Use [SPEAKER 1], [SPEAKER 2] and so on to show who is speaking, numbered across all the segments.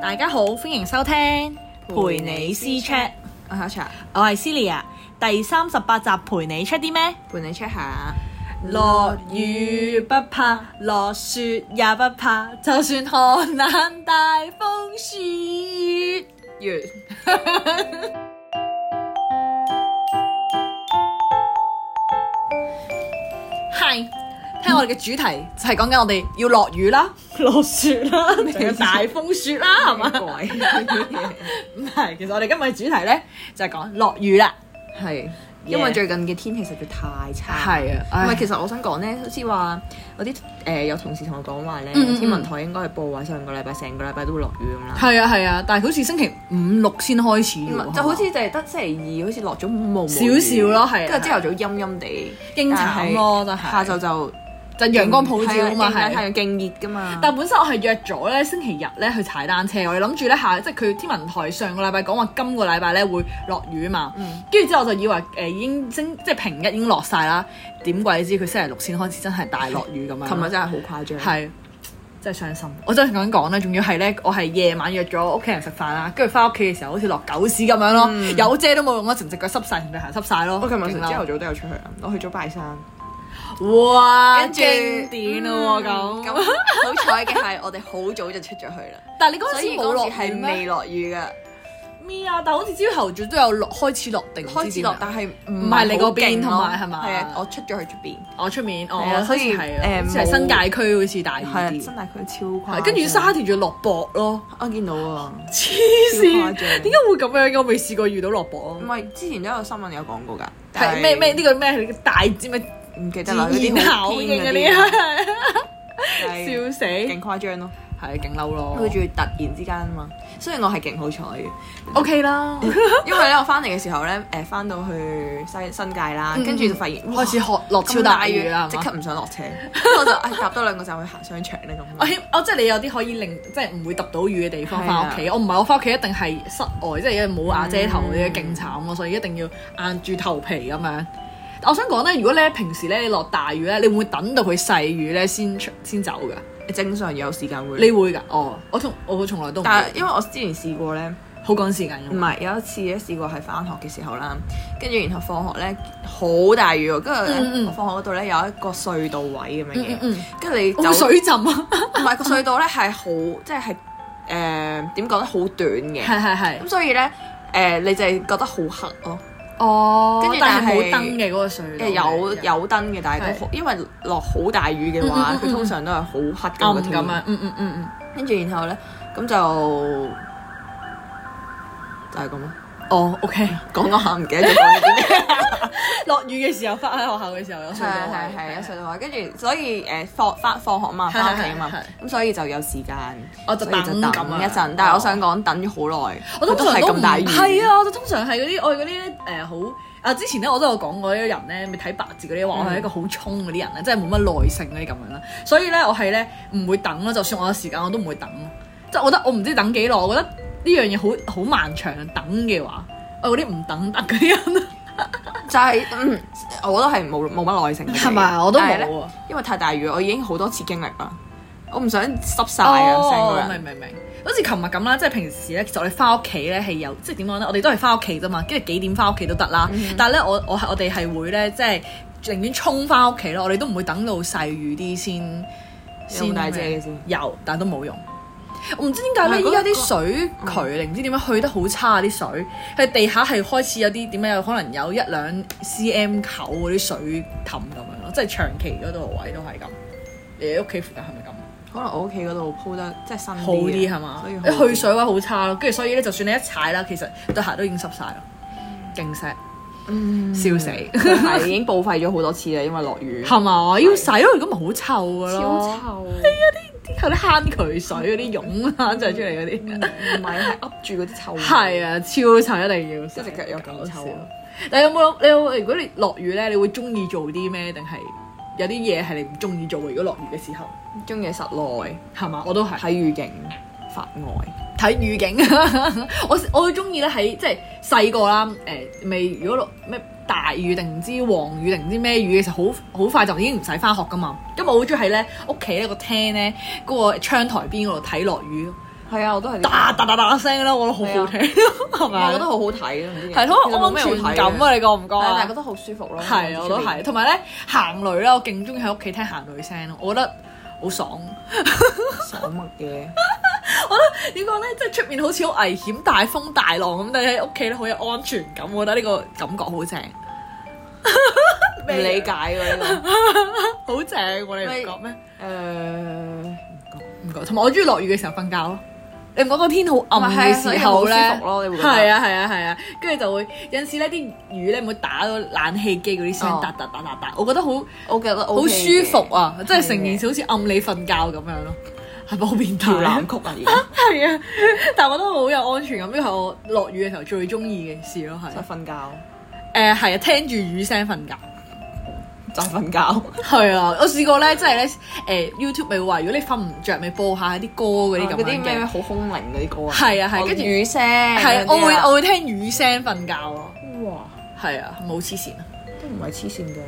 [SPEAKER 1] 大家好，歡迎收聽
[SPEAKER 2] 陪你私 check，
[SPEAKER 1] 我係阿茶，
[SPEAKER 2] 我係 Celia，第三十八集陪你 check 啲咩？
[SPEAKER 1] 陪你 check 下。
[SPEAKER 2] 落雨不怕，落雪也不怕，就算寒冷大風雪。
[SPEAKER 1] 完。係，聽我哋嘅主題就係講緊我哋要落雨啦，
[SPEAKER 2] 落雪 啦，
[SPEAKER 1] 仲有大風雪啦，係嘛？唔 係，其實我哋今日嘅主題咧就係講落雨啦。
[SPEAKER 3] 係，因為
[SPEAKER 2] Yeah
[SPEAKER 3] 最近嘅天氣實在太差。
[SPEAKER 1] 係啊，
[SPEAKER 3] 唔
[SPEAKER 1] 唉
[SPEAKER 3] 係，其實我想講咧，好似話嗰啲誒有同事同我講話咧，
[SPEAKER 1] 嗯嗯
[SPEAKER 3] 天文台應該係報話上個禮拜成個禮拜都會落雨咁啦。
[SPEAKER 1] 係啊係啊，但係好似星期五六先開始
[SPEAKER 3] 唔係
[SPEAKER 1] 喎，
[SPEAKER 3] 就好似就係得星期二，好似落咗
[SPEAKER 1] 少
[SPEAKER 3] 霧
[SPEAKER 1] 少咯係啊
[SPEAKER 3] 跟住朝頭早陰陰地，
[SPEAKER 1] 勁慘咯真係
[SPEAKER 3] 但係下晝就
[SPEAKER 1] 就陽光普照啊嘛，
[SPEAKER 3] 係啊勁
[SPEAKER 1] 係。
[SPEAKER 3] 太陽勁熱㗎嘛。
[SPEAKER 1] 但本身我係約咗咧星期日咧去踩單車，我哋諗住咧下即係佢天文台上個禮拜講話今個禮拜咧會落雨啊嘛，
[SPEAKER 3] 嗯
[SPEAKER 1] 跟住、之後我就以為誒、已經星即係平日已經落晒啦，點鬼知佢星期六先開始真係大落雨咁樣。
[SPEAKER 3] 琴日真係好誇張。
[SPEAKER 1] 係真係傷心。我真係想講咧，仲要係咧，我係夜晚約咗屋企人食飯啦，跟住翻屋企嘅時候好似落狗屎咁樣咯，有遮都冇用咯，啊成隻腳濕晒，成對鞋濕晒咯。
[SPEAKER 3] 我嗯哦琴日
[SPEAKER 1] 勁
[SPEAKER 3] 成
[SPEAKER 1] 嬲
[SPEAKER 3] 朝頭早都有出去啊，我去咗拜山。
[SPEAKER 1] 哇，
[SPEAKER 3] 跟住
[SPEAKER 1] 經典咯喎咁。
[SPEAKER 3] 啊咁好彩嘅係，我哋好早就出咗去啦。
[SPEAKER 1] 但係你嗰陣
[SPEAKER 3] 所
[SPEAKER 1] 時
[SPEAKER 3] 以
[SPEAKER 1] 冇落
[SPEAKER 3] 嗰
[SPEAKER 1] 雨
[SPEAKER 3] 時係
[SPEAKER 1] 咩
[SPEAKER 3] 未落雨㗎，
[SPEAKER 1] 咩啊？但好似朝頭早都有落，開始落定，
[SPEAKER 3] 開始落，但係唔
[SPEAKER 1] 係你嗰邊
[SPEAKER 3] 好勁咯
[SPEAKER 1] 同埋係嘛
[SPEAKER 3] 係啊，我出咗去出邊，
[SPEAKER 1] 我哦出面，我
[SPEAKER 3] 係啊
[SPEAKER 1] 所
[SPEAKER 3] 所
[SPEAKER 1] 以
[SPEAKER 3] 以
[SPEAKER 1] 係啊
[SPEAKER 3] 誒
[SPEAKER 1] 好似係新界區好似大雨
[SPEAKER 3] 係啊，
[SPEAKER 1] 啲
[SPEAKER 3] 真，係佢超誇
[SPEAKER 1] 係
[SPEAKER 3] 張。
[SPEAKER 1] 跟住沙田仲要落雹咯，
[SPEAKER 3] 我見到啊，
[SPEAKER 1] 黐
[SPEAKER 3] 超
[SPEAKER 1] 線！
[SPEAKER 3] 誇張
[SPEAKER 1] 點解會咁樣嘅？我未試過遇到落雹
[SPEAKER 3] 唔。係之前都有新聞有講過㗎，但
[SPEAKER 1] 係咩咩呢個咩大節咩
[SPEAKER 3] 唔記得
[SPEAKER 1] 自
[SPEAKER 3] 啦，嗰
[SPEAKER 1] 然
[SPEAKER 3] 啲好
[SPEAKER 1] 效應
[SPEAKER 3] 偏
[SPEAKER 1] 嗰
[SPEAKER 3] 嗰啲，
[SPEAKER 1] 啲，
[SPEAKER 3] 但係啊
[SPEAKER 1] 笑死！
[SPEAKER 3] 勁誇張咯，
[SPEAKER 1] 係勁嬲咯
[SPEAKER 3] 佢仲要突然之間啊嘛。雖然我係勁好彩嘅，
[SPEAKER 1] O K 啦，
[SPEAKER 3] 因為咧我翻嚟嘅時候咧，誒翻到去西新界啦，跟住就發現
[SPEAKER 1] 開始學落超
[SPEAKER 3] 超
[SPEAKER 1] 大
[SPEAKER 3] 大
[SPEAKER 1] 雨啊
[SPEAKER 3] 雨
[SPEAKER 1] 啦，
[SPEAKER 3] 啦，
[SPEAKER 1] 即
[SPEAKER 3] 即
[SPEAKER 1] 刻
[SPEAKER 3] 刻唔想落車，跟住我就唉搭多兩個站去行商場咧
[SPEAKER 1] 我
[SPEAKER 3] 咁。
[SPEAKER 1] 希哦我即係你有啲可以令即係唔會揼到雨嘅地方
[SPEAKER 3] 係
[SPEAKER 1] 翻
[SPEAKER 3] 啊
[SPEAKER 1] 屋企，我唔係我翻屋企一定係室外，即係因為冇瓦遮頭嗰啲勁慘咯，所以一定要硬住頭皮咁樣。但我想講咧，如果咧平時咧你落大雨咧，你會唔會等到佢細雨咧先出先走㗎？
[SPEAKER 3] 正常有時間會，
[SPEAKER 1] 你會㗎？哦，我從我從來都唔
[SPEAKER 3] 但
[SPEAKER 1] 會
[SPEAKER 3] 係因為我之前試過咧。
[SPEAKER 1] 好趕時間
[SPEAKER 3] 唔
[SPEAKER 1] 㗎嘛。
[SPEAKER 3] 係有一次咧試過係翻學嘅時候啦，跟住然後放學咧好大雨喎，跟住
[SPEAKER 1] 嗯嗯
[SPEAKER 3] 咧我放學嗰度咧有一個隧道位咁樣
[SPEAKER 1] 嗯嗯
[SPEAKER 3] 嘅
[SPEAKER 1] 嗯，
[SPEAKER 3] 跟住你
[SPEAKER 1] 好
[SPEAKER 3] 走
[SPEAKER 1] 水浸啊！
[SPEAKER 3] 唔係個隧道咧係好即係係誒點講咧好短 嘅，
[SPEAKER 1] 係係係
[SPEAKER 3] 咁。所以咧誒你就係覺得好黑咯，
[SPEAKER 1] 哦，
[SPEAKER 3] 跟住
[SPEAKER 1] 但係
[SPEAKER 3] 但係
[SPEAKER 1] 冇燈嘅嗰個水道
[SPEAKER 3] 誒有
[SPEAKER 1] 係
[SPEAKER 3] 有燈嘅，
[SPEAKER 1] 係
[SPEAKER 3] 但係都好因為落好大雨嘅話
[SPEAKER 1] 嗯嗯，嗯
[SPEAKER 3] 佢通常都係好黑
[SPEAKER 1] 暗
[SPEAKER 3] 嘅
[SPEAKER 1] 咁
[SPEAKER 3] 咁
[SPEAKER 1] 樣，嗯嗯嗯嗯，
[SPEAKER 3] 跟住然後咧咁就就係咁咯，啊
[SPEAKER 1] 哦，OK。
[SPEAKER 3] 講講下唔記得咗講咗啲咩。
[SPEAKER 1] 落雨嘅時候，翻喺學校嘅時候有隧
[SPEAKER 3] 係
[SPEAKER 1] 道
[SPEAKER 3] 係係啊
[SPEAKER 1] 位
[SPEAKER 3] 有隧道位，跟住所以誒放翻放學嘛，
[SPEAKER 1] 係係
[SPEAKER 3] 翻屋企嘛
[SPEAKER 1] 係，
[SPEAKER 3] 咁所以就有時間，
[SPEAKER 1] 我就
[SPEAKER 3] 所以
[SPEAKER 1] 等
[SPEAKER 3] 等
[SPEAKER 1] 咁啊
[SPEAKER 3] 一陣。但係我想講等咗好耐，
[SPEAKER 1] 我通
[SPEAKER 3] 都
[SPEAKER 1] 常
[SPEAKER 3] 係
[SPEAKER 1] 都唔
[SPEAKER 3] 咁大雨，
[SPEAKER 1] 係，啊！我就通常係嗰啲我係嗰啲咧誒好啊！之前咧我都有講過呢個人咧，咪睇白字嗰啲話我係一個好衝嗰啲人咧，即係冇乜耐性嗰啲咁樣啦。所以咧我係咧唔會等咯，就算我有時間我都唔會等咯。即係我覺得我唔知等幾耐，我覺得呢樣嘢好好漫長等嘅話，哦我嗰啲唔等得嗰啲人啊
[SPEAKER 3] 就係嗯，我都係冇冇乜耐性嘅，
[SPEAKER 1] 係咪啊我都冇啊
[SPEAKER 3] 但係呢，因為太大雨，我已經好多次經歷啦，我唔想濕晒
[SPEAKER 1] 哦
[SPEAKER 3] 啊，成個人
[SPEAKER 1] 明明明，好似琴日咁啦，即係平時咧，其實我哋翻屋企咧係有，即係點講咧？我哋都係翻屋企啫嘛，跟住幾點翻屋企都得啦。但係咧，我我係我哋係會咧，即係寧願衝翻屋企咯。我哋都唔會等到細雨啲先
[SPEAKER 3] 有冇帶遮嘅先
[SPEAKER 1] 有，但係都冇用。我唔知點解咧，
[SPEAKER 3] 我
[SPEAKER 1] 依
[SPEAKER 3] 係
[SPEAKER 1] 家
[SPEAKER 3] 覺得
[SPEAKER 1] 啲水渠你唔知點樣去得好差啲水，佢地下係開始有啲點樣，有可能有一兩 cm 口嗰啲水氹咁樣咯，即係長期嗰度位都係咁。你哋屋企附近係咪咁？
[SPEAKER 3] 可能我屋企嗰度鋪得即係新
[SPEAKER 1] 好啲係嘛？你去水位好差咯，跟住所以咧，就算你一踩啦，其實對鞋都已經濕晒咯，嗯勁石，
[SPEAKER 3] 嗯
[SPEAKER 1] 笑死
[SPEAKER 3] 係已經報廢咗好多次啦，因為 落雨，
[SPEAKER 1] 係嘛？要洗咯，如果咪好臭噶咯，
[SPEAKER 3] 臭，
[SPEAKER 1] 啲有啲坑渠水嗰啲湧
[SPEAKER 3] 嗯
[SPEAKER 1] 啊，就出嚟嗰啲，
[SPEAKER 3] 唔係係噏住嗰啲臭味，
[SPEAKER 1] 係啊，超臭一定要洗，
[SPEAKER 3] 一隻腳有咁臭
[SPEAKER 1] 搞
[SPEAKER 3] 啊
[SPEAKER 1] 笑。但有冇你有如果你落雨咧，你會中意做啲咩？定係有啲嘢係你唔中意做嘅？如果落雨嘅時候
[SPEAKER 3] 中意室內
[SPEAKER 1] 係嘛？我都係。
[SPEAKER 3] 睇雨景發呆。
[SPEAKER 1] 睇預警， 我我好中意咧喺即係細個啦，誒未如果落咩大雨定唔知黃雨定唔知咩雨嘅時候，好好快就已經唔使翻學噶嘛。咁我好中意喺咧屋企咧個廳咧嗰個窗台邊嗰度睇落雨咯，
[SPEAKER 3] 係啊，我都係呢
[SPEAKER 1] 嗒嗒嗒嗒聲啦，我覺得好好聽， 係
[SPEAKER 3] 個，我
[SPEAKER 1] 咪
[SPEAKER 3] 覺得？好好啊睇啊，唔知點解
[SPEAKER 1] 係
[SPEAKER 3] 其
[SPEAKER 1] 好
[SPEAKER 3] 實冇
[SPEAKER 1] 有
[SPEAKER 3] 咩
[SPEAKER 1] 安
[SPEAKER 3] 好
[SPEAKER 1] 全
[SPEAKER 3] 睇
[SPEAKER 1] 感
[SPEAKER 3] 嘅，
[SPEAKER 1] 啊！你覺唔覺
[SPEAKER 3] 但係
[SPEAKER 1] 啊
[SPEAKER 3] 覺？得好舒服咯。
[SPEAKER 1] 係，我都
[SPEAKER 3] 望住出邊
[SPEAKER 1] 係。。同埋咧，行雷咧，我勁中意喺屋企聽行雷聲咯，我覺得好爽。
[SPEAKER 3] 爽乜嘅？
[SPEAKER 1] 點講咧，即係出面好似好危險、大風大浪咁，但係喺屋企咧好有安全感，我覺得呢個感覺好正，
[SPEAKER 3] 唔理解喎呢個。
[SPEAKER 1] 好正喎！你唔覺咩？
[SPEAKER 3] 誒，
[SPEAKER 1] 唔覺，同埋我中意落雨嘅時候瞓覺咯。你唔覺個天好暗
[SPEAKER 3] 咪
[SPEAKER 1] 嘅
[SPEAKER 3] 係啊所以
[SPEAKER 1] 時候咧，
[SPEAKER 3] 好舒服咯你會覺得
[SPEAKER 1] 係啊係啊係啊，跟住就會有陣時咧啲雨咧會打到冷氣機嗰啲聲，
[SPEAKER 3] 哦
[SPEAKER 1] 嗒嗒嗒嗒嗒，我覺得好
[SPEAKER 3] 我覺得
[SPEAKER 1] 好
[SPEAKER 3] OK
[SPEAKER 1] 舒
[SPEAKER 3] 嘅
[SPEAKER 1] 服啊！即係成件
[SPEAKER 3] 嘅
[SPEAKER 1] 事好似暗你瞓覺咁樣咯，係咪好變
[SPEAKER 3] 搖
[SPEAKER 1] 態啊？
[SPEAKER 3] 籃曲啊，而家
[SPEAKER 1] 係啊，但係我覺得好有安全感，呢個係我落雨嘅時候最中意嘅事咯，
[SPEAKER 3] 就
[SPEAKER 1] 係
[SPEAKER 3] 係瞓覺。
[SPEAKER 1] 誒係啊，聽住雨聲瞓覺。
[SPEAKER 3] 就係瞓覺，
[SPEAKER 1] 係啊，我試過咧，即係咧誒 YouTube 咪會話，如果你瞓唔着，咪播下啲歌嗰啲咁
[SPEAKER 3] 啊嗰
[SPEAKER 1] 樣
[SPEAKER 3] 啲咩
[SPEAKER 1] 嘅。
[SPEAKER 3] 好空靈嗰啲歌啊，
[SPEAKER 1] 係啊係跟住
[SPEAKER 3] 雨聲，啊
[SPEAKER 1] 係啊
[SPEAKER 3] 係，
[SPEAKER 1] 我會我會聽雨聲瞓覺咯。
[SPEAKER 3] 我哇，
[SPEAKER 1] 係啊，冇黐線啊，
[SPEAKER 3] 都唔係黐線嘅。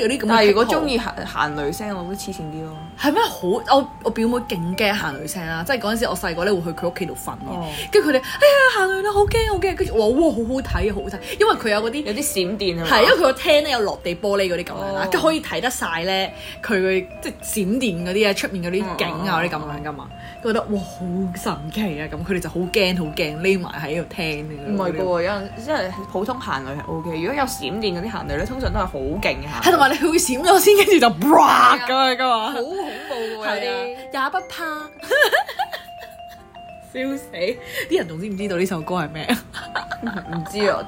[SPEAKER 1] 有啲咁嘅癖好。
[SPEAKER 3] 但係如果中意行行雷聲，我都黐線啲咯。
[SPEAKER 1] 係咩好？我我表妹勁驚行雷聲啦，即係嗰陣時我細個咧會去佢屋企度瞓
[SPEAKER 3] 哦
[SPEAKER 1] 嘅，跟住佢哋哎呀行雷啦，好驚好驚，跟住我話哇好好睇啊好好睇，因為佢有嗰啲。
[SPEAKER 3] 有啲閃電啊嘛，
[SPEAKER 1] 係，因為佢個廳咧有落地玻璃嗰啲咁樣啦
[SPEAKER 3] 哦，
[SPEAKER 1] 跟住可以睇得晒咧佢嘅即係閃電嗰啲啊，出面嗰啲景啊嗰
[SPEAKER 3] 嗯嗯
[SPEAKER 1] 啲
[SPEAKER 3] 嗯
[SPEAKER 1] 咁樣噶嘛，覺得哇好神奇啊！咁佢哋就好驚好驚，匿埋喺度聽
[SPEAKER 3] 唔係嘅喎，有陣即係普通行雷係 O K，如果有閃電嗰啲行雷咧，通常都係好勁嘅行
[SPEAKER 1] 係
[SPEAKER 3] 雷，
[SPEAKER 1] 同埋你佢會閃咗先，跟住就 bra 咁樣噶嘛，
[SPEAKER 3] 好恐怖嘅
[SPEAKER 1] 係啊
[SPEAKER 3] 喎有啲。
[SPEAKER 1] 也不怕。笑死！啲人仲知唔知道呢首歌係咩 啊？
[SPEAKER 3] 唔知啊，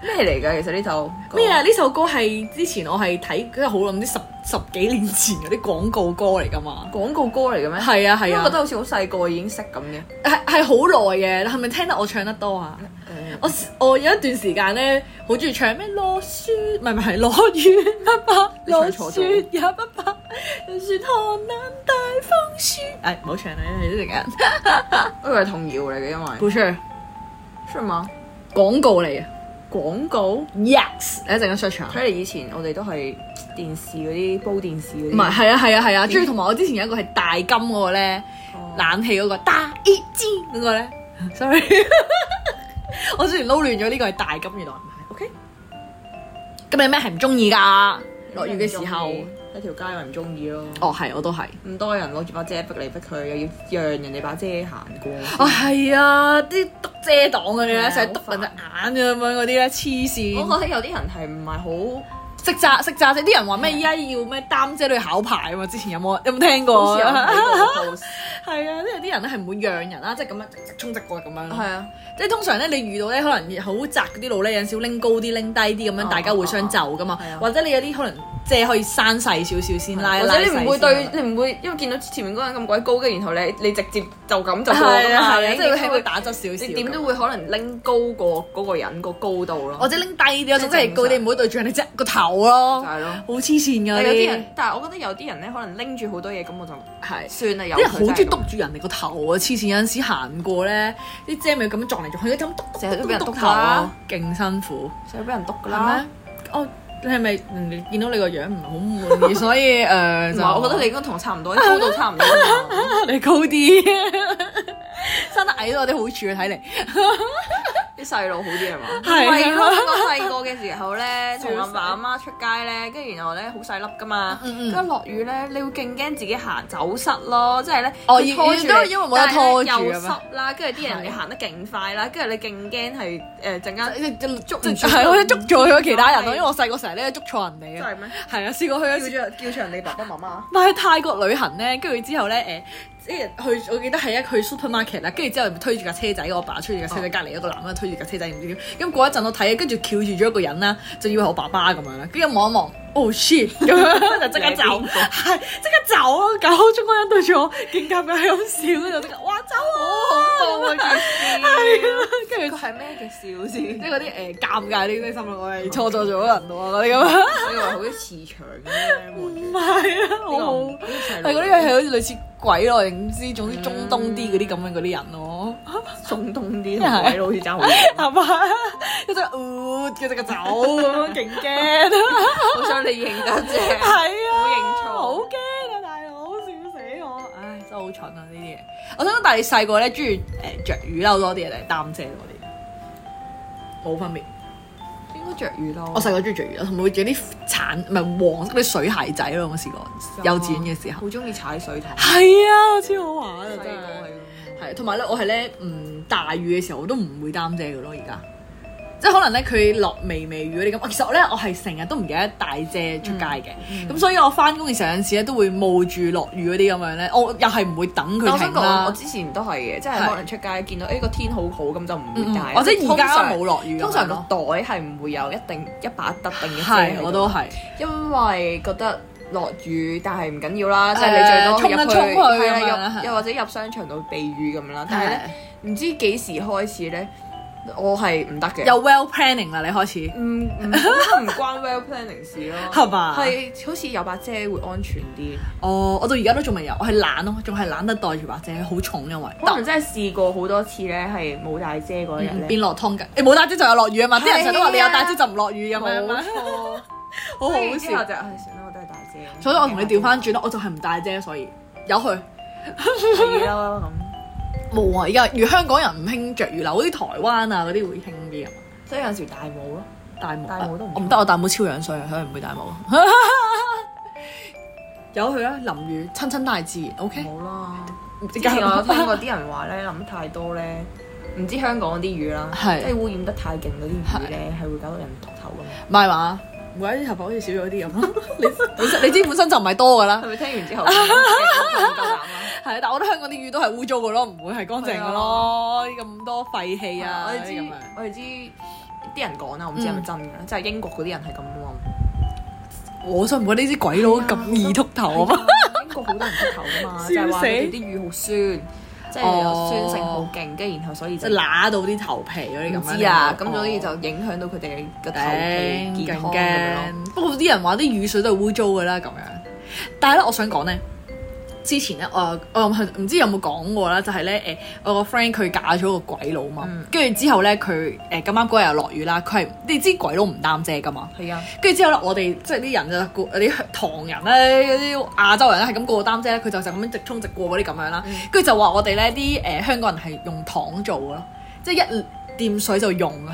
[SPEAKER 3] 咩嚟㗎？其實呢首歌
[SPEAKER 1] 咩啊？？呢首歌係之前我係睇，即係好諗啲十十幾年前嗰啲廣告歌嚟噶嘛。
[SPEAKER 3] 廣告歌嚟嘅咩？
[SPEAKER 1] 係啊係
[SPEAKER 3] 我
[SPEAKER 1] 啊
[SPEAKER 3] 覺得，好似好細個已經識咁嘅。
[SPEAKER 1] 係係好耐嘅，係咪聽得我唱得多啊？
[SPEAKER 3] 嗯
[SPEAKER 1] 我我有一段時間咧，好中意唱咩落雪，唔係唔係落雨不怕，
[SPEAKER 3] 你唱
[SPEAKER 1] 落
[SPEAKER 3] 錯咗
[SPEAKER 1] 雪也不怕，雪寒冷大風雪。誒唔好唱啦，你一陣間。
[SPEAKER 3] 我以為係童謠嚟嘅，因為
[SPEAKER 1] 不是
[SPEAKER 3] 是嗎？
[SPEAKER 1] 廣告嚟
[SPEAKER 3] 啊
[SPEAKER 1] 嘅
[SPEAKER 3] 廣告
[SPEAKER 1] ，yes，你一陣間 search 下。
[SPEAKER 3] 睇嚟以前我哋都係電視嗰啲煲電視嗰啲，
[SPEAKER 1] 唔係，係啊係啊係啊，中意同埋我之前有一個係大金嗰個咧，
[SPEAKER 3] 哦
[SPEAKER 1] 冷氣嗰個大一支嗰個咧，sorry，我之前撈亂咗呢個係大金，原來唔係，OK。咁你咩係唔中意㗎？落雨嘅時候，
[SPEAKER 3] 喺條街咪唔中意咯。
[SPEAKER 1] 哦係，我都係。
[SPEAKER 3] 咁多人攞住把遮逼嚟逼去，又要讓人哋把遮行過。
[SPEAKER 1] 啊係啊，啲篤遮擋嗰啲
[SPEAKER 3] 係
[SPEAKER 1] 咧，
[SPEAKER 3] 啊
[SPEAKER 1] 成日篤人隻眼啊咁樣嗰啲咧，黐線。
[SPEAKER 3] 我覺得有啲人係唔係好
[SPEAKER 1] 識揸識揸車，啲人話咩依家要咩擔遮都要考牌啊嘛，之前有冇有冇聽
[SPEAKER 3] 好
[SPEAKER 1] 過
[SPEAKER 3] 似有
[SPEAKER 1] 啊？
[SPEAKER 3] 睇過 pose
[SPEAKER 1] 係啊，即係啲人咧係唔會讓人啦，即係咁樣直衝直過咁樣咯。
[SPEAKER 3] 係啊，
[SPEAKER 1] 即係通常咧，你遇到咧可能好窄嗰啲路咧，有陣時拎高啲、拎低啲咁
[SPEAKER 3] 哦
[SPEAKER 1] 樣，大家互相就噶嘛
[SPEAKER 3] 係啊。
[SPEAKER 1] 或者你有啲可能即係可以閂細少少先拉，啊
[SPEAKER 3] 或者啊你唔會對
[SPEAKER 1] 係，
[SPEAKER 3] 你唔會因為見到前面嗰個人咁鬼高，跟住然後你你直接就咁就 過
[SPEAKER 1] 啊係
[SPEAKER 3] 㗎嘛，
[SPEAKER 1] 啊，
[SPEAKER 3] 你
[SPEAKER 1] 即係會
[SPEAKER 3] 點
[SPEAKER 1] 喺
[SPEAKER 3] 都
[SPEAKER 1] 度打側少
[SPEAKER 3] 你
[SPEAKER 1] 少。
[SPEAKER 3] 點都會可能拎高過嗰個人個高度咯。
[SPEAKER 1] 或者拎低啲，總之係高啲，
[SPEAKER 3] 即係正常
[SPEAKER 1] 唔好對住人哋隻個頭
[SPEAKER 3] 就
[SPEAKER 1] 咯。
[SPEAKER 3] 係咯。
[SPEAKER 1] 好黐線㗎
[SPEAKER 3] 但
[SPEAKER 1] 呢
[SPEAKER 3] 有啲人，但係我覺得有啲人咧，可能拎住好多嘢，咁我就
[SPEAKER 1] 係。
[SPEAKER 3] 算啦，有
[SPEAKER 1] 啲人好中意
[SPEAKER 3] 篤，
[SPEAKER 1] 篤住人哋個頭啊！黐線有陣時行過咧，啲遮咪咁樣撞嚟撞去，咁篤
[SPEAKER 3] 成日都俾人篤
[SPEAKER 1] 頭
[SPEAKER 3] 啦
[SPEAKER 1] 啊，勁辛苦。
[SPEAKER 3] 成日俾人篤㗎
[SPEAKER 1] 係
[SPEAKER 3] 啦
[SPEAKER 1] 咩。？哦，你係咪人哋見到你個樣唔係好 滿意，所以誒、呃
[SPEAKER 3] 唔
[SPEAKER 1] 就
[SPEAKER 3] 係，我覺得你應該同我差唔 多，高度差唔多㗎嘛。
[SPEAKER 1] 啊你高啲， 生得矮都有啲好處啊！睇嚟
[SPEAKER 3] 啲細路好啲係嘛？
[SPEAKER 1] 係啊
[SPEAKER 3] 係咯，我細個嘅時候 咧，
[SPEAKER 1] 笑
[SPEAKER 3] 同
[SPEAKER 1] 死
[SPEAKER 3] 阿爸阿媽出街咧，跟住然後咧好細粒噶嘛，
[SPEAKER 1] 嗯嗯
[SPEAKER 3] 跟住落雨咧，你會勁驚自己行走失咯，即係咧
[SPEAKER 1] 哦
[SPEAKER 3] 佢拖住你
[SPEAKER 1] 要因為冇得拖住
[SPEAKER 3] 但
[SPEAKER 1] 咁啊
[SPEAKER 3] 係
[SPEAKER 1] 樣
[SPEAKER 3] 咧又濕啦，跟住啲人
[SPEAKER 1] 係
[SPEAKER 3] 又行得勁快啦，跟住你勁驚係誒陣間
[SPEAKER 1] 捉係我捉咗佢其他人咯，因為我細個成日咧捉錯人
[SPEAKER 3] 真
[SPEAKER 1] 哋啊，
[SPEAKER 3] 係咩？
[SPEAKER 1] 係啊，試過去
[SPEAKER 3] 叫
[SPEAKER 1] 一次。
[SPEAKER 3] 住叫住人哋爸爸媽媽，
[SPEAKER 1] 咪去泰國旅行咧，跟住之後咧，誒、即係去，我記得係一去 supermarket 啦，跟住之後推住架車仔，我爸推住架車仔，
[SPEAKER 3] 哦
[SPEAKER 1] 隔離有個男人推住架車仔，唔知點。咁過一陣我睇，跟住翹住咗一個人啦，就以為我爸爸咁樣啦，跟住望一望，oh shit 咁樣就即刻走，
[SPEAKER 3] 你係邊個
[SPEAKER 1] 係即刻走咯。搞到中國人對住我勁尷尬咁笑，跟住就即刻哇走
[SPEAKER 3] 哦
[SPEAKER 1] 啊！
[SPEAKER 3] 好恐怖啊件
[SPEAKER 1] 係
[SPEAKER 3] 事！
[SPEAKER 1] 啊，跟
[SPEAKER 3] 佢
[SPEAKER 1] 住。
[SPEAKER 3] 係咩嘅笑先？
[SPEAKER 1] 即係嗰啲誒尷尬啲心諗，我係錯咗咗人喎，嗰啲咁樣。
[SPEAKER 3] 我以為好似磁場咁樣望住
[SPEAKER 1] 唔係啊，
[SPEAKER 3] 呢個
[SPEAKER 1] 好
[SPEAKER 3] 唔呢個細
[SPEAKER 1] 係
[SPEAKER 3] 路
[SPEAKER 1] 嗰啲係好似類似鬼咯，定唔知總之中東啲嗰啲咁樣嗰啲人咯，
[SPEAKER 3] 中東啲同鬼佬好似爭好 遠。
[SPEAKER 1] 係嘛？一隻呃，一隻個走咁樣，勁驚，
[SPEAKER 3] 好想你認得啫。
[SPEAKER 1] 係啊，
[SPEAKER 3] 冇認錯
[SPEAKER 1] 好驚啊，大佬，笑死我！唉，真係好好蠢啊呢啲嘢。我想講，但係你細個咧中意誒著雨褸多啲啊定係擔遮多啊啲？冇分別。
[SPEAKER 3] 應該着雨褸。
[SPEAKER 1] 我細個中意着雨褸，同埋會着啲橙唔係黃色嗰啲水鞋仔咯。我試過幼稚園嘅時候。
[SPEAKER 3] 好中意踩水塘。
[SPEAKER 1] 係啊，超好玩啊！
[SPEAKER 3] 細個
[SPEAKER 1] 真係
[SPEAKER 3] 係咁。
[SPEAKER 1] 係，同埋咧，我係咧，嗯，大雨嘅時候我都唔會擔遮嘅咯，而家。即係可能咧，佢落微微雨嗰啲咁。其實我咧，我係成日都唔記得帶遮出街嘅。咁、
[SPEAKER 3] 嗯
[SPEAKER 1] 所以我翻工嘅時候有陣時咧，都會冒住落雨嗰啲咁樣咧，我又係唔會等
[SPEAKER 3] 但
[SPEAKER 1] 佢
[SPEAKER 3] 我想
[SPEAKER 1] 停
[SPEAKER 3] 講，我
[SPEAKER 1] 啦。
[SPEAKER 3] 之前都係嘅，即係
[SPEAKER 1] 係
[SPEAKER 3] 可能出街見到哎誒個天好好咁就唔會
[SPEAKER 1] 嗯嗯
[SPEAKER 3] 帶。
[SPEAKER 1] 或者而
[SPEAKER 3] 通
[SPEAKER 1] 家
[SPEAKER 3] 常
[SPEAKER 1] 冇落雨咁樣
[SPEAKER 3] 通常個
[SPEAKER 1] 咯
[SPEAKER 3] 袋係唔會有一定一把特定嘅遮喺
[SPEAKER 1] 係，
[SPEAKER 3] 度
[SPEAKER 1] 我都係。
[SPEAKER 3] 因為覺得落雨，但係唔緊要啦，即係你
[SPEAKER 1] 誒
[SPEAKER 3] 最多
[SPEAKER 1] 衝一
[SPEAKER 3] 入去
[SPEAKER 1] 衝去
[SPEAKER 3] 係啦
[SPEAKER 1] 咁樣啦
[SPEAKER 3] 入
[SPEAKER 1] 係
[SPEAKER 3] 又或者入商場度避雨咁樣啦。但係咧，唔知幾時開始咧，我係唔得嘅。
[SPEAKER 1] 有 well planning 啦，你開始
[SPEAKER 3] 唔唔我覺得唔關 well planning 事 咯，
[SPEAKER 1] 係嘛
[SPEAKER 3] 係好似有把遮會安全啲，
[SPEAKER 1] 哦，我到而家都仲未有，我係懶咯，仲係懶得袋住把遮，好重因為。
[SPEAKER 3] 可能真係試過好多次咧，係冇帶遮嗰日咧
[SPEAKER 1] 嗯變落湯㗎，你冇帶遮就有落雨啊嘛！啲人成日都話你有帶遮就唔落雨咁樣
[SPEAKER 3] 冇
[SPEAKER 1] 嘛，
[SPEAKER 3] 錯，
[SPEAKER 1] 好好
[SPEAKER 3] 所以之後
[SPEAKER 1] 笑。
[SPEAKER 3] 就唉算啦，我都係帶遮。
[SPEAKER 1] 所以我同你調翻轉咯，我就係唔帶遮，所以有去
[SPEAKER 3] 係啦咁。
[SPEAKER 1] 冇啊！而家如香港人唔興着雨褸，好似台灣啊嗰啲會興啲啊嘛。
[SPEAKER 3] 所以有陣時戴帽咯，
[SPEAKER 1] 戴帽啊，
[SPEAKER 3] 戴帽都唔
[SPEAKER 1] 我唔得，我戴帽超樣衰啊，所以唔會戴帽。 有去啊！淋雨親親大自然，OK。
[SPEAKER 3] 冇啦。
[SPEAKER 1] 即
[SPEAKER 3] 之
[SPEAKER 1] 刻
[SPEAKER 3] 前我有聽過啲人話咧，諗太多咧，唔知香港啲雨啦，即
[SPEAKER 1] 係
[SPEAKER 3] 係污染得太勁嗰啲雨咧，係會搞到人禿頭咁。
[SPEAKER 1] 唔係嘛？唔怪啲頭髮好似少咗啲咁咯。你本身你知本身就唔係多噶啦。
[SPEAKER 3] 係咪聽完之後 唔夠膽啊？
[SPEAKER 1] 係啊，但我覺得香港啲魚都係污糟嘅咯，唔會係乾淨嘅咯，咁多廢氣
[SPEAKER 3] 啊係
[SPEAKER 1] 啊
[SPEAKER 3] 啊，我
[SPEAKER 1] 嗰
[SPEAKER 3] 哋
[SPEAKER 1] 啲
[SPEAKER 3] 知
[SPEAKER 1] 咁樣。
[SPEAKER 3] 我哋知啲人講啦，我唔知係咪真嘅啦，即係英國嗰啲人係咁喎。
[SPEAKER 1] 我想唔覺得呢啲鬼佬咁易禿頭啊嘛？
[SPEAKER 3] 哎英國好多人禿頭噶 嘛，就係
[SPEAKER 1] 笑
[SPEAKER 3] 話
[SPEAKER 1] 死
[SPEAKER 3] 佢哋啲魚好酸，即係有酸性好勁，跟住然後所以
[SPEAKER 1] 即係
[SPEAKER 3] 就
[SPEAKER 1] 揦到啲頭皮嗰啲
[SPEAKER 3] 唔
[SPEAKER 1] 咁樣。
[SPEAKER 3] 知啊，咁
[SPEAKER 1] 哦
[SPEAKER 3] 所以就影響到佢哋嘅頭皮
[SPEAKER 1] 頂
[SPEAKER 3] 健
[SPEAKER 1] 勁
[SPEAKER 3] 康咁樣咯。
[SPEAKER 1] 驚。不過啲人話啲雨水都係污糟嘅啦，咁樣。但係咧，我想講咧，之前咧，我我唔係唔知有冇講過啦，就係咧誒，我個 friend 佢嫁咗個鬼佬嘛
[SPEAKER 3] 嗯，
[SPEAKER 1] 跟住之後咧，佢誒咁啱嗰日又落雨啦，佢係你知鬼佬唔擔遮噶嘛。
[SPEAKER 3] 係啊，
[SPEAKER 1] 跟住之後咧，我哋即係啲人就顧有啲唐人咧、嗰啲亞洲人咧係咁過擔遮咧，佢就就咁樣直衝直過嗰啲咁樣
[SPEAKER 3] 嗯
[SPEAKER 1] 啦。跟住、就話我哋咧啲誒香港人係用糖做嘅咯，即係一掂水就用啊。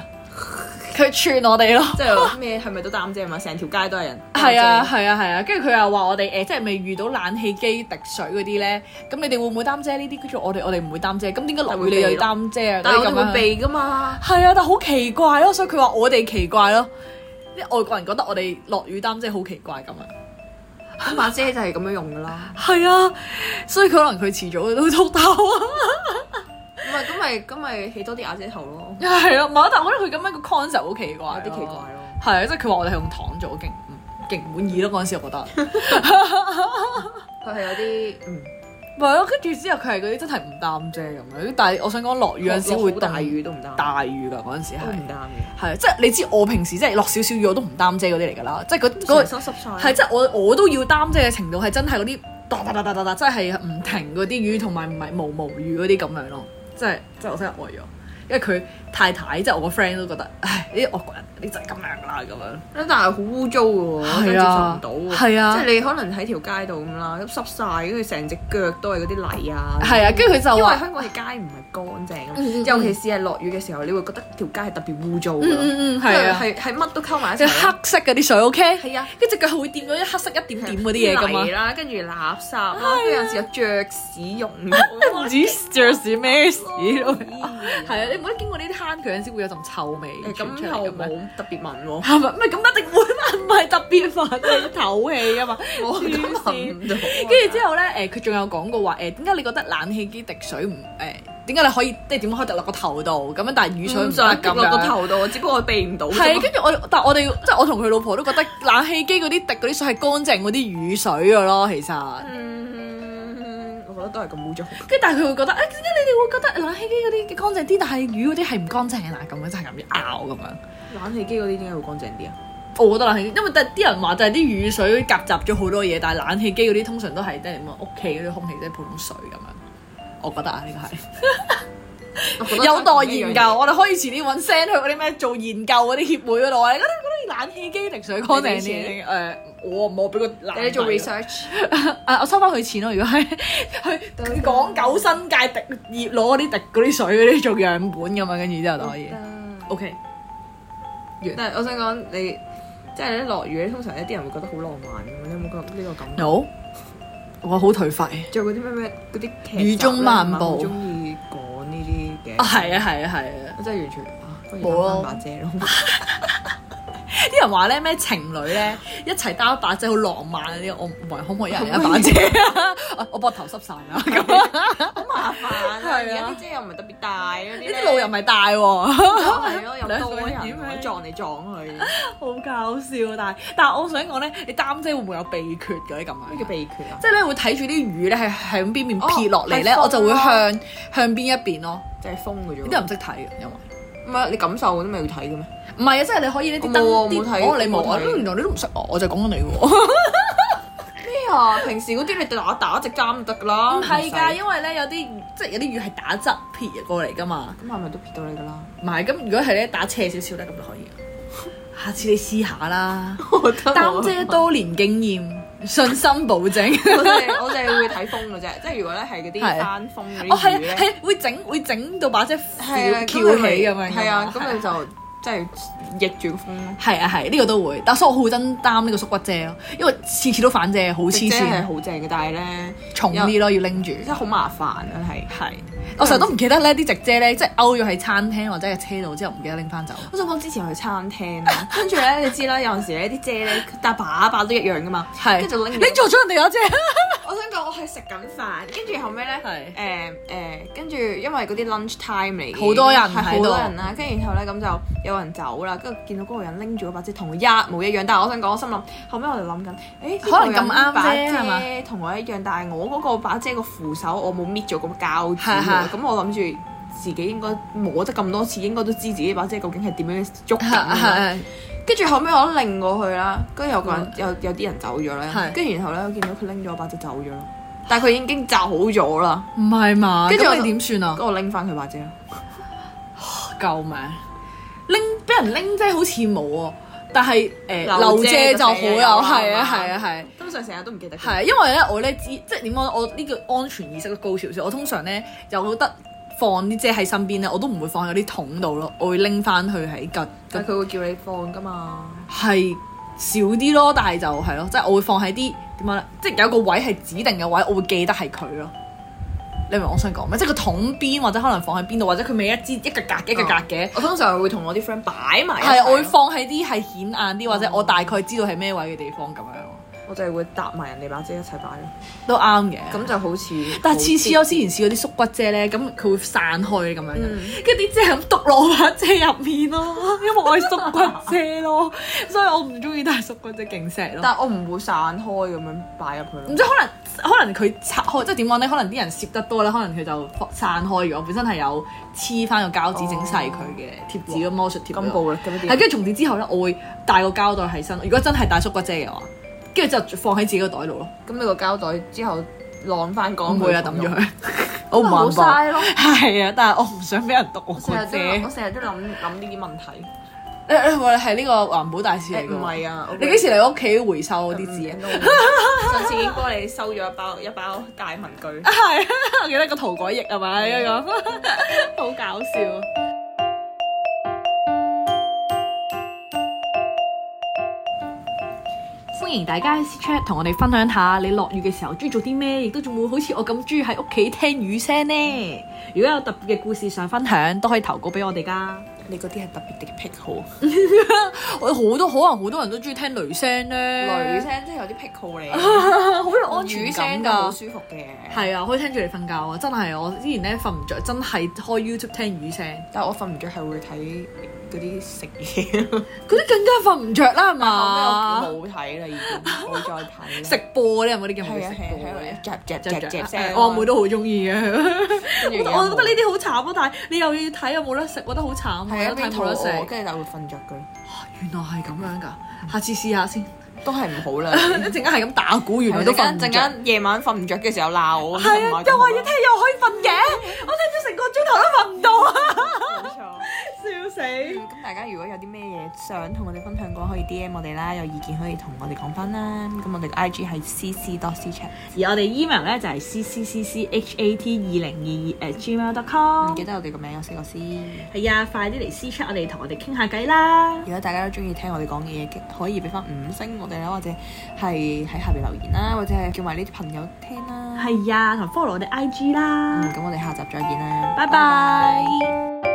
[SPEAKER 1] 佢串我哋咯，
[SPEAKER 3] 即係咩係咪都擔遮嘛？成條街都係人。
[SPEAKER 1] 係啊，係啊係啊，跟住佢又話我哋誒、即係未遇到冷氣機滴水嗰啲咧，咁你哋會唔會擔遮呢啲？跟住我哋我哋唔會擔遮，咁點解落雨你又要擔遮啊？
[SPEAKER 3] 但係
[SPEAKER 1] 嗰啲
[SPEAKER 3] 我
[SPEAKER 1] 咁
[SPEAKER 3] 哋
[SPEAKER 1] 樣
[SPEAKER 3] 會避噶嘛。
[SPEAKER 1] 係啊，但好奇怪咯，所以佢話我哋奇怪咯，啲外國人覺得我哋落雨擔遮好奇怪咁啊。
[SPEAKER 3] 咁把遮就係咁樣用噶啦。
[SPEAKER 1] 係啊，所以佢可能佢遲早都會禿頭啊。
[SPEAKER 3] 唔係咁咪咁咪起多啲瓦遮頭咯，
[SPEAKER 1] 係啊，唔係，但我覺得佢咁樣個 concept 好奇怪，
[SPEAKER 3] 有啲奇怪。咯。
[SPEAKER 1] 係啊，即係佢話我哋係用糖做，勁唔勁唔滿意咯嗰陣時，我 覺得。
[SPEAKER 3] 佢係有啲嗯，
[SPEAKER 1] 唔係咯，啊跟住之後佢係嗰啲真係唔擔遮咁樣，但係我想講落雨有陣時會
[SPEAKER 3] 嗯落好大雨都唔
[SPEAKER 1] 凍
[SPEAKER 3] 擔，
[SPEAKER 1] 大雨㗎嗰陣時
[SPEAKER 3] 都唔
[SPEAKER 1] 係。
[SPEAKER 3] 擔嘅。
[SPEAKER 1] 係啊，即係你知我平時即係落少少雨我都唔擔遮嗰啲嚟㗎啦，即係嗰嗰個
[SPEAKER 3] 成身濕晒。
[SPEAKER 1] 係即係我我都要擔遮嘅程度係真係嗰啲嗒嗒嗒嗒嗒嗒，即係唔停嗰啲雨同埋唔係毛毛雨嗰啲咁樣咯，即係即係我真係呆咗，因為佢太太即係我個 friend 都覺得，唉呢啲外國人你就係咁樣啦咁樣，
[SPEAKER 3] 咁但係好污糟嘅喎，真係接
[SPEAKER 1] 係啊
[SPEAKER 3] 受唔到喎。
[SPEAKER 1] 係啊
[SPEAKER 3] 即係你可能喺條街度咁啦，咁濕晒，跟住成隻腳都係嗰啲泥啊。
[SPEAKER 1] 係啊，跟住佢就
[SPEAKER 3] 因為
[SPEAKER 1] 話，
[SPEAKER 3] 香港嘅街唔係乾淨
[SPEAKER 1] 嗯嗯
[SPEAKER 3] 咁，尤其是係落雨嘅時候，你會覺得條街係特別污糟㗎
[SPEAKER 1] 嗯嗯嗯係啊，
[SPEAKER 3] 係係乜都溝埋一
[SPEAKER 1] 即
[SPEAKER 3] 齊
[SPEAKER 1] 係
[SPEAKER 3] 啦。
[SPEAKER 1] 黑色嗰啲水 OK，
[SPEAKER 3] 係啊。
[SPEAKER 1] 跟住隻腳會掂到啲黑色一點點嗰啲嘢㗎嘛
[SPEAKER 3] 泥。啦，跟住垃圾啦，跟住有時有雀屎用，
[SPEAKER 1] 哎唔止
[SPEAKER 3] 啊
[SPEAKER 1] 爵士咩事咯，
[SPEAKER 3] 哦係
[SPEAKER 1] 係啊，你唔覺得經過呢啲坑渠嗰陣時會有陣臭味傳出
[SPEAKER 3] 咁
[SPEAKER 1] 嚟
[SPEAKER 3] 又
[SPEAKER 1] 咁樣？
[SPEAKER 3] 冇特 別聞喎，
[SPEAKER 1] 係咪？唔係咁一定會嘛，唔係特別煩你唞氣啊嘛。
[SPEAKER 3] 我
[SPEAKER 1] 黐
[SPEAKER 3] 咁聞
[SPEAKER 1] 線
[SPEAKER 3] 唔到。
[SPEAKER 1] 跟住之後咧，誒佢仲有講過話誒，點解你覺得冷氣機滴水唔誒？點解你可以即係點樣可以滴落個頭度咁樣？但係雨水唔
[SPEAKER 3] 唔
[SPEAKER 1] 得
[SPEAKER 3] 想滴
[SPEAKER 1] 咁
[SPEAKER 3] 落個
[SPEAKER 1] 樣。
[SPEAKER 3] 頭度，只不過我避唔到啫嘛。
[SPEAKER 1] 嗯係，跟住我，但係我哋即係我同佢老婆都覺得冷氣機嗰啲滴嗰啲水係乾淨嗰啲雨水嘅咯，其實。
[SPEAKER 3] 嗯，我覺得都係咁污糟。
[SPEAKER 1] 跟住但係佢會覺得，誒點解你哋會覺得冷氣機嗰啲乾淨啲，但係魚嗰啲係唔乾淨啊？咁樣就係咁樣拗咁樣。
[SPEAKER 3] 冷氣機嗰啲點解會乾淨啲啊？
[SPEAKER 1] 我覺得冷氣機，因為但係啲人話就係啲雨水夾雜咗好多嘢，但係冷氣機嗰啲通常都係即係咁啊屋企嗰啲空氣即係普通水咁樣。我覺得啊，呢 個係有待研究，我哋可以遲啲揾 send 去嗰啲咩做研究嗰啲協會嗰度啊。你覺得覺得冷氣機定水乾淨啲？誒、我唔好俾個男
[SPEAKER 3] 你做
[SPEAKER 1] 仔
[SPEAKER 3] research，
[SPEAKER 1] 啊！我收翻佢錢咯，如果係去佢港九新界滴業攞嗰啲滴嗰啲水嗰啲做樣本咁樣，跟住之後就可以。O K，
[SPEAKER 3] 但係我想講你，即係咧落雨咧，通常咧啲人會覺得好浪漫咁，你有冇覺得呢個感覺？
[SPEAKER 1] 好，我好頹廢
[SPEAKER 3] 做嗰啲咩咩嗰啲劇集
[SPEAKER 1] 雨中漫步
[SPEAKER 3] 咧唔係好中意講呢啲嘅。
[SPEAKER 1] 啊！係啊，係啊，係啊！
[SPEAKER 3] 我真係完全啊，不如
[SPEAKER 1] 冇咯
[SPEAKER 3] 飲翻把遮咯。
[SPEAKER 1] 啲人話咧咩情侶咧一齊打一把遮好浪漫嗰啲，我唔係可唔可以一人一把遮 啊？我我膊頭濕晒 啦咁。
[SPEAKER 3] 好麻煩啊！而
[SPEAKER 1] 係啊
[SPEAKER 3] 家啲遮又唔係特別大嗰啲
[SPEAKER 1] 呢
[SPEAKER 3] 呢
[SPEAKER 1] 啲路又唔係大 喎，
[SPEAKER 3] 係咯，又多人
[SPEAKER 1] 兩個人
[SPEAKER 3] 喎
[SPEAKER 1] 點
[SPEAKER 3] 撞嚟撞 去，咩
[SPEAKER 1] 好搞笑。但係但係我想講咧，你擔遮會唔會有秘訣嘅咧咁樣？
[SPEAKER 3] 叫秘訣啊？
[SPEAKER 1] 即係咧會睇住啲魚咧係向邊面
[SPEAKER 3] 哦
[SPEAKER 1] 撇落嚟咧，
[SPEAKER 3] 係風
[SPEAKER 1] 我就會
[SPEAKER 3] 咯
[SPEAKER 1] 向向邊一邊咯。
[SPEAKER 3] 就係風嘅啫
[SPEAKER 1] 呢
[SPEAKER 3] 喎。
[SPEAKER 1] 啲人唔識睇嘅，因為
[SPEAKER 3] 唔係你感受嗰啲咪要睇嘅咩？
[SPEAKER 1] 唔係啊，即係你可以呢啲燈
[SPEAKER 3] 我冇
[SPEAKER 1] 啲
[SPEAKER 3] 喎冇睇
[SPEAKER 1] 哦你冇啊，
[SPEAKER 3] 冇睇
[SPEAKER 1] 原來你都唔識我，我就講緊你喎。
[SPEAKER 3] 咩啊？平時嗰啲你打打隻針就得噶啦，
[SPEAKER 1] 唔係
[SPEAKER 3] 㗎
[SPEAKER 1] 㗎，，因為咧有啲即係有啲魚係打側撇過嚟㗎嘛。
[SPEAKER 3] 咁係咪都撇到你噶啦？
[SPEAKER 1] 唔係咁，如果係咧打斜少少咧，咁就可 以。下次你試下啦，
[SPEAKER 3] 我覺得
[SPEAKER 1] 擔
[SPEAKER 3] 擔
[SPEAKER 1] 遮
[SPEAKER 3] 遮
[SPEAKER 1] 多年經驗，信心保證。
[SPEAKER 3] 我 哋我哋會睇風嘅啫，即係如果咧係
[SPEAKER 1] 係
[SPEAKER 3] 嗰啲翻風嗰
[SPEAKER 1] 哦，
[SPEAKER 3] 啲
[SPEAKER 1] 係
[SPEAKER 3] 魚
[SPEAKER 1] 啊，
[SPEAKER 3] 咧，
[SPEAKER 1] 係會整會整到把遮翹翹
[SPEAKER 3] 啊，
[SPEAKER 1] 起
[SPEAKER 3] 咁你咪
[SPEAKER 1] 咁樣㗎嘛。
[SPEAKER 3] 係啊，咁你就即係逆住個風咯。
[SPEAKER 1] 係啊係，呢、個都會，但所以我好憎擔呢個縮骨遮咯，因為次次都反遮，好黐
[SPEAKER 3] 遮係
[SPEAKER 1] 線，
[SPEAKER 3] 好正嘅，但係咧
[SPEAKER 1] 重啲咯，要拎住。
[SPEAKER 3] 真係好麻煩啊，係。
[SPEAKER 1] 係，我成日都唔記得咧，啲直遮咧，即係勾咗喺餐廳或者係車度之後，唔記得拎翻走。
[SPEAKER 3] 我想講之前去餐廳啦， 跟住咧你知啦，有陣時咧啲遮咧，但把把都一樣噶嘛，
[SPEAKER 1] 係，
[SPEAKER 3] 跟住拎
[SPEAKER 1] 拎咗咗人哋嗰遮。
[SPEAKER 3] 我想講我係食緊飯，跟住後尾咧，
[SPEAKER 1] 係
[SPEAKER 3] 誒誒，跟住因為嗰啲 lunch time 嚟嘅，
[SPEAKER 1] 好多人
[SPEAKER 3] 係好
[SPEAKER 1] 喺度
[SPEAKER 3] 多人啦，跟住然後咧咁就有人走啦，跟住見到嗰個人拎住嗰把遮同我一模一樣，但係我想講，我心諗後尾我就諗緊，誒、
[SPEAKER 1] 可能咁啱啫
[SPEAKER 3] 把
[SPEAKER 1] 係嘛
[SPEAKER 3] 遮同我一樣，但係我嗰個把遮個扶手我冇搣咗個膠紙
[SPEAKER 1] 係係
[SPEAKER 3] 喎，咁我諗住。自己應該摸得咁多次，應該都知自己把遮究竟係點樣捉緊㗎嘛跟住後尾我一擰過去啦，跟住有個人有有啲人走咗啦
[SPEAKER 1] 嗯係，
[SPEAKER 3] 跟住然後咧我見到佢拎咗我把遮走咗啦，但係佢已經走咗啦，
[SPEAKER 1] 唔係嘛？跟
[SPEAKER 3] 跟
[SPEAKER 1] 住
[SPEAKER 3] 住我
[SPEAKER 1] 你點算啊
[SPEAKER 3] 咁？我拎翻佢把遮咯。
[SPEAKER 1] 救命！拎俾人拎遮好似冇喎，但係誒漏
[SPEAKER 3] 漏
[SPEAKER 1] 遮
[SPEAKER 3] 遮
[SPEAKER 1] 就
[SPEAKER 3] 就
[SPEAKER 1] 好
[SPEAKER 3] 好
[SPEAKER 1] 有，
[SPEAKER 3] 有
[SPEAKER 1] 係啊
[SPEAKER 3] 係嘛
[SPEAKER 1] 係啊係。
[SPEAKER 3] 通常成日都唔記得佢。
[SPEAKER 1] 係，因為咧，我咧知即係點講，我呢個安全意識都高少少。我通常咧有得放啲遮喺身邊咧，我都唔會放喺啲桶度咯，我會拎翻去喺個
[SPEAKER 3] 但係佢會叫你放噶嘛？
[SPEAKER 1] 係少啲咯，但係就係咯，即係我會放喺啲點講咧，即係有個位係指定嘅位，我會記得係佢咯。你明我想講咩？即係個桶邊或者可能放喺邊度，或者佢咪一支一格格一格格嘅。
[SPEAKER 3] 我通常會同我啲 friend 擺埋一齊
[SPEAKER 1] 係，
[SPEAKER 3] 咯。嗯
[SPEAKER 1] 我會放喺啲係顯眼啲，或者我大概知道係咩位嘅地方咁樣咯，
[SPEAKER 3] 我就係會搭埋人哋把遮一齊擺咯。
[SPEAKER 1] 都啱嘅。
[SPEAKER 3] 咁就好似
[SPEAKER 1] 但係次次我之前試過啲縮骨遮咧，咁佢會散開咁樣，
[SPEAKER 3] 嗯
[SPEAKER 1] 跟住啲遮咁篤落我把遮入面咯， 因為我係縮骨遮咯，所以我唔中意戴縮骨遮勁石咯。
[SPEAKER 3] 但係我唔會散開咁樣擺入去
[SPEAKER 1] 唔
[SPEAKER 3] 咯。
[SPEAKER 1] 知可能可能佢拆開，即係點講咧？可能啲人攝得多咧，可能佢就散開咗。本身係有黐翻個膠紙整細佢嘅貼紙嘅魔術貼
[SPEAKER 3] 咁
[SPEAKER 1] 咯。
[SPEAKER 3] 暴力咁
[SPEAKER 1] 係
[SPEAKER 3] 啲
[SPEAKER 1] 跟。住從此之後咧，我會帶個膠袋喺身。如果真係帶縮骨遮嘅話，跟住就放喺自己個袋度咯，
[SPEAKER 3] 咁你個膠袋之後晾翻
[SPEAKER 1] 我
[SPEAKER 3] 乾
[SPEAKER 1] 唔
[SPEAKER 3] 佢
[SPEAKER 1] 會啊抌咗佢。 我
[SPEAKER 3] 咁
[SPEAKER 1] 唔
[SPEAKER 3] 咪好
[SPEAKER 1] 環保。
[SPEAKER 3] 嘥咯。
[SPEAKER 1] 係啊，但係我唔想俾人篤我
[SPEAKER 3] 我
[SPEAKER 1] 個
[SPEAKER 3] 成日
[SPEAKER 1] 遮。
[SPEAKER 3] 都
[SPEAKER 1] 誒
[SPEAKER 3] 我成日都諗諗呢啲問題。
[SPEAKER 1] 誒，我哋係呢個環保大使嚟
[SPEAKER 3] 誒
[SPEAKER 1] 㗎
[SPEAKER 3] 唔
[SPEAKER 1] 喎。
[SPEAKER 3] 係啊，
[SPEAKER 1] 你幾時嚟我屋企回收啲紙啊？
[SPEAKER 3] 啊？上次已經幫你收咗一包一包大文具。
[SPEAKER 1] 係啊，我記得個塗改液係啊咪嗰個？好搞笑。歡迎大家喺 chat 同我哋分享下你落雨嘅時候中意做啲咩，亦都仲會好似我咁中意喺屋企聽雨聲呢。如果有特別嘅故事想分享，都可以投稿俾我哋㗎。
[SPEAKER 3] 你嗰啲係特別嘅癖好，
[SPEAKER 1] 我好多可能好多人都中意聽雷聲咧，
[SPEAKER 3] 雷聲真係有啲癖好嚟，
[SPEAKER 1] 好有 安全
[SPEAKER 3] 雨
[SPEAKER 1] 感
[SPEAKER 3] 聲就好
[SPEAKER 1] 㗎。
[SPEAKER 3] 舒服嘅。
[SPEAKER 1] 係啊，可以聽住你瞓覺啊！真係我之前咧瞓唔着，真係開 YouTube 聽雨聲。
[SPEAKER 3] 但係我瞓唔着係會睇嗰啲食嘢，
[SPEAKER 1] 嗰啲更加瞓唔着啦，係
[SPEAKER 3] 啊後
[SPEAKER 1] 嘛？
[SPEAKER 3] 尾我冇睇啦已經，冇再睇啦。
[SPEAKER 1] 啊食播咧，有冇啲叫
[SPEAKER 3] 係啊
[SPEAKER 1] 食
[SPEAKER 3] 係
[SPEAKER 1] 播
[SPEAKER 3] 啊
[SPEAKER 1] 咧？
[SPEAKER 3] 係啊，夾夾
[SPEAKER 1] 着
[SPEAKER 3] 夾
[SPEAKER 1] 着
[SPEAKER 3] 夾聲。
[SPEAKER 1] 我阿妹都好中意嘅，我
[SPEAKER 3] 跟
[SPEAKER 1] 覺
[SPEAKER 3] 住
[SPEAKER 1] 得我覺得呢啲好慘啊！但係你又要睇又冇得食，覺得好慘啊！
[SPEAKER 3] 係啊，
[SPEAKER 1] 有得
[SPEAKER 3] 邊
[SPEAKER 1] 睇
[SPEAKER 3] 肚
[SPEAKER 1] 冇得食，
[SPEAKER 3] 餓，跟住就會瞓着噶啦，
[SPEAKER 1] 原來係咁樣㗎，下次試下先。
[SPEAKER 3] 都係唔好啦。
[SPEAKER 1] 一陣間係咁打鼓，原來都瞓
[SPEAKER 3] 啊陣
[SPEAKER 1] 唔著。
[SPEAKER 3] 間陣間夜晚瞓唔着嘅時候鬧我，
[SPEAKER 1] 係啊， 又話要聽又可以瞓嘅，我聽咗成個鐘頭都瞓唔到啊！
[SPEAKER 3] 冇錯。
[SPEAKER 1] 笑
[SPEAKER 4] 死！
[SPEAKER 3] 咁大家如果有啲咩嘢想同我哋分享嘅話，可以 D M 我哋啦，有意見可以同我哋講翻啦。咁我哋 I G 係 C C dot C chat，
[SPEAKER 1] 而我哋 email 咧就係 c c c c h a t 二零二二 at gmail dot
[SPEAKER 3] 唔
[SPEAKER 1] com。
[SPEAKER 3] 記得我哋個名有四個 C。
[SPEAKER 1] 係啊，快啲嚟 C chat 我哋同我哋傾下偈啦。
[SPEAKER 3] 如果大家都中意聽我哋講嘅嘢，可以俾翻五星我哋啦，或者係喺下邊留言啦，或者係叫埋呢啲朋友聽啦。嗯
[SPEAKER 1] 係啊，同 follow 我哋 IG 啦。
[SPEAKER 3] 嗯，咁我哋下集再見啦，
[SPEAKER 1] 拜拜。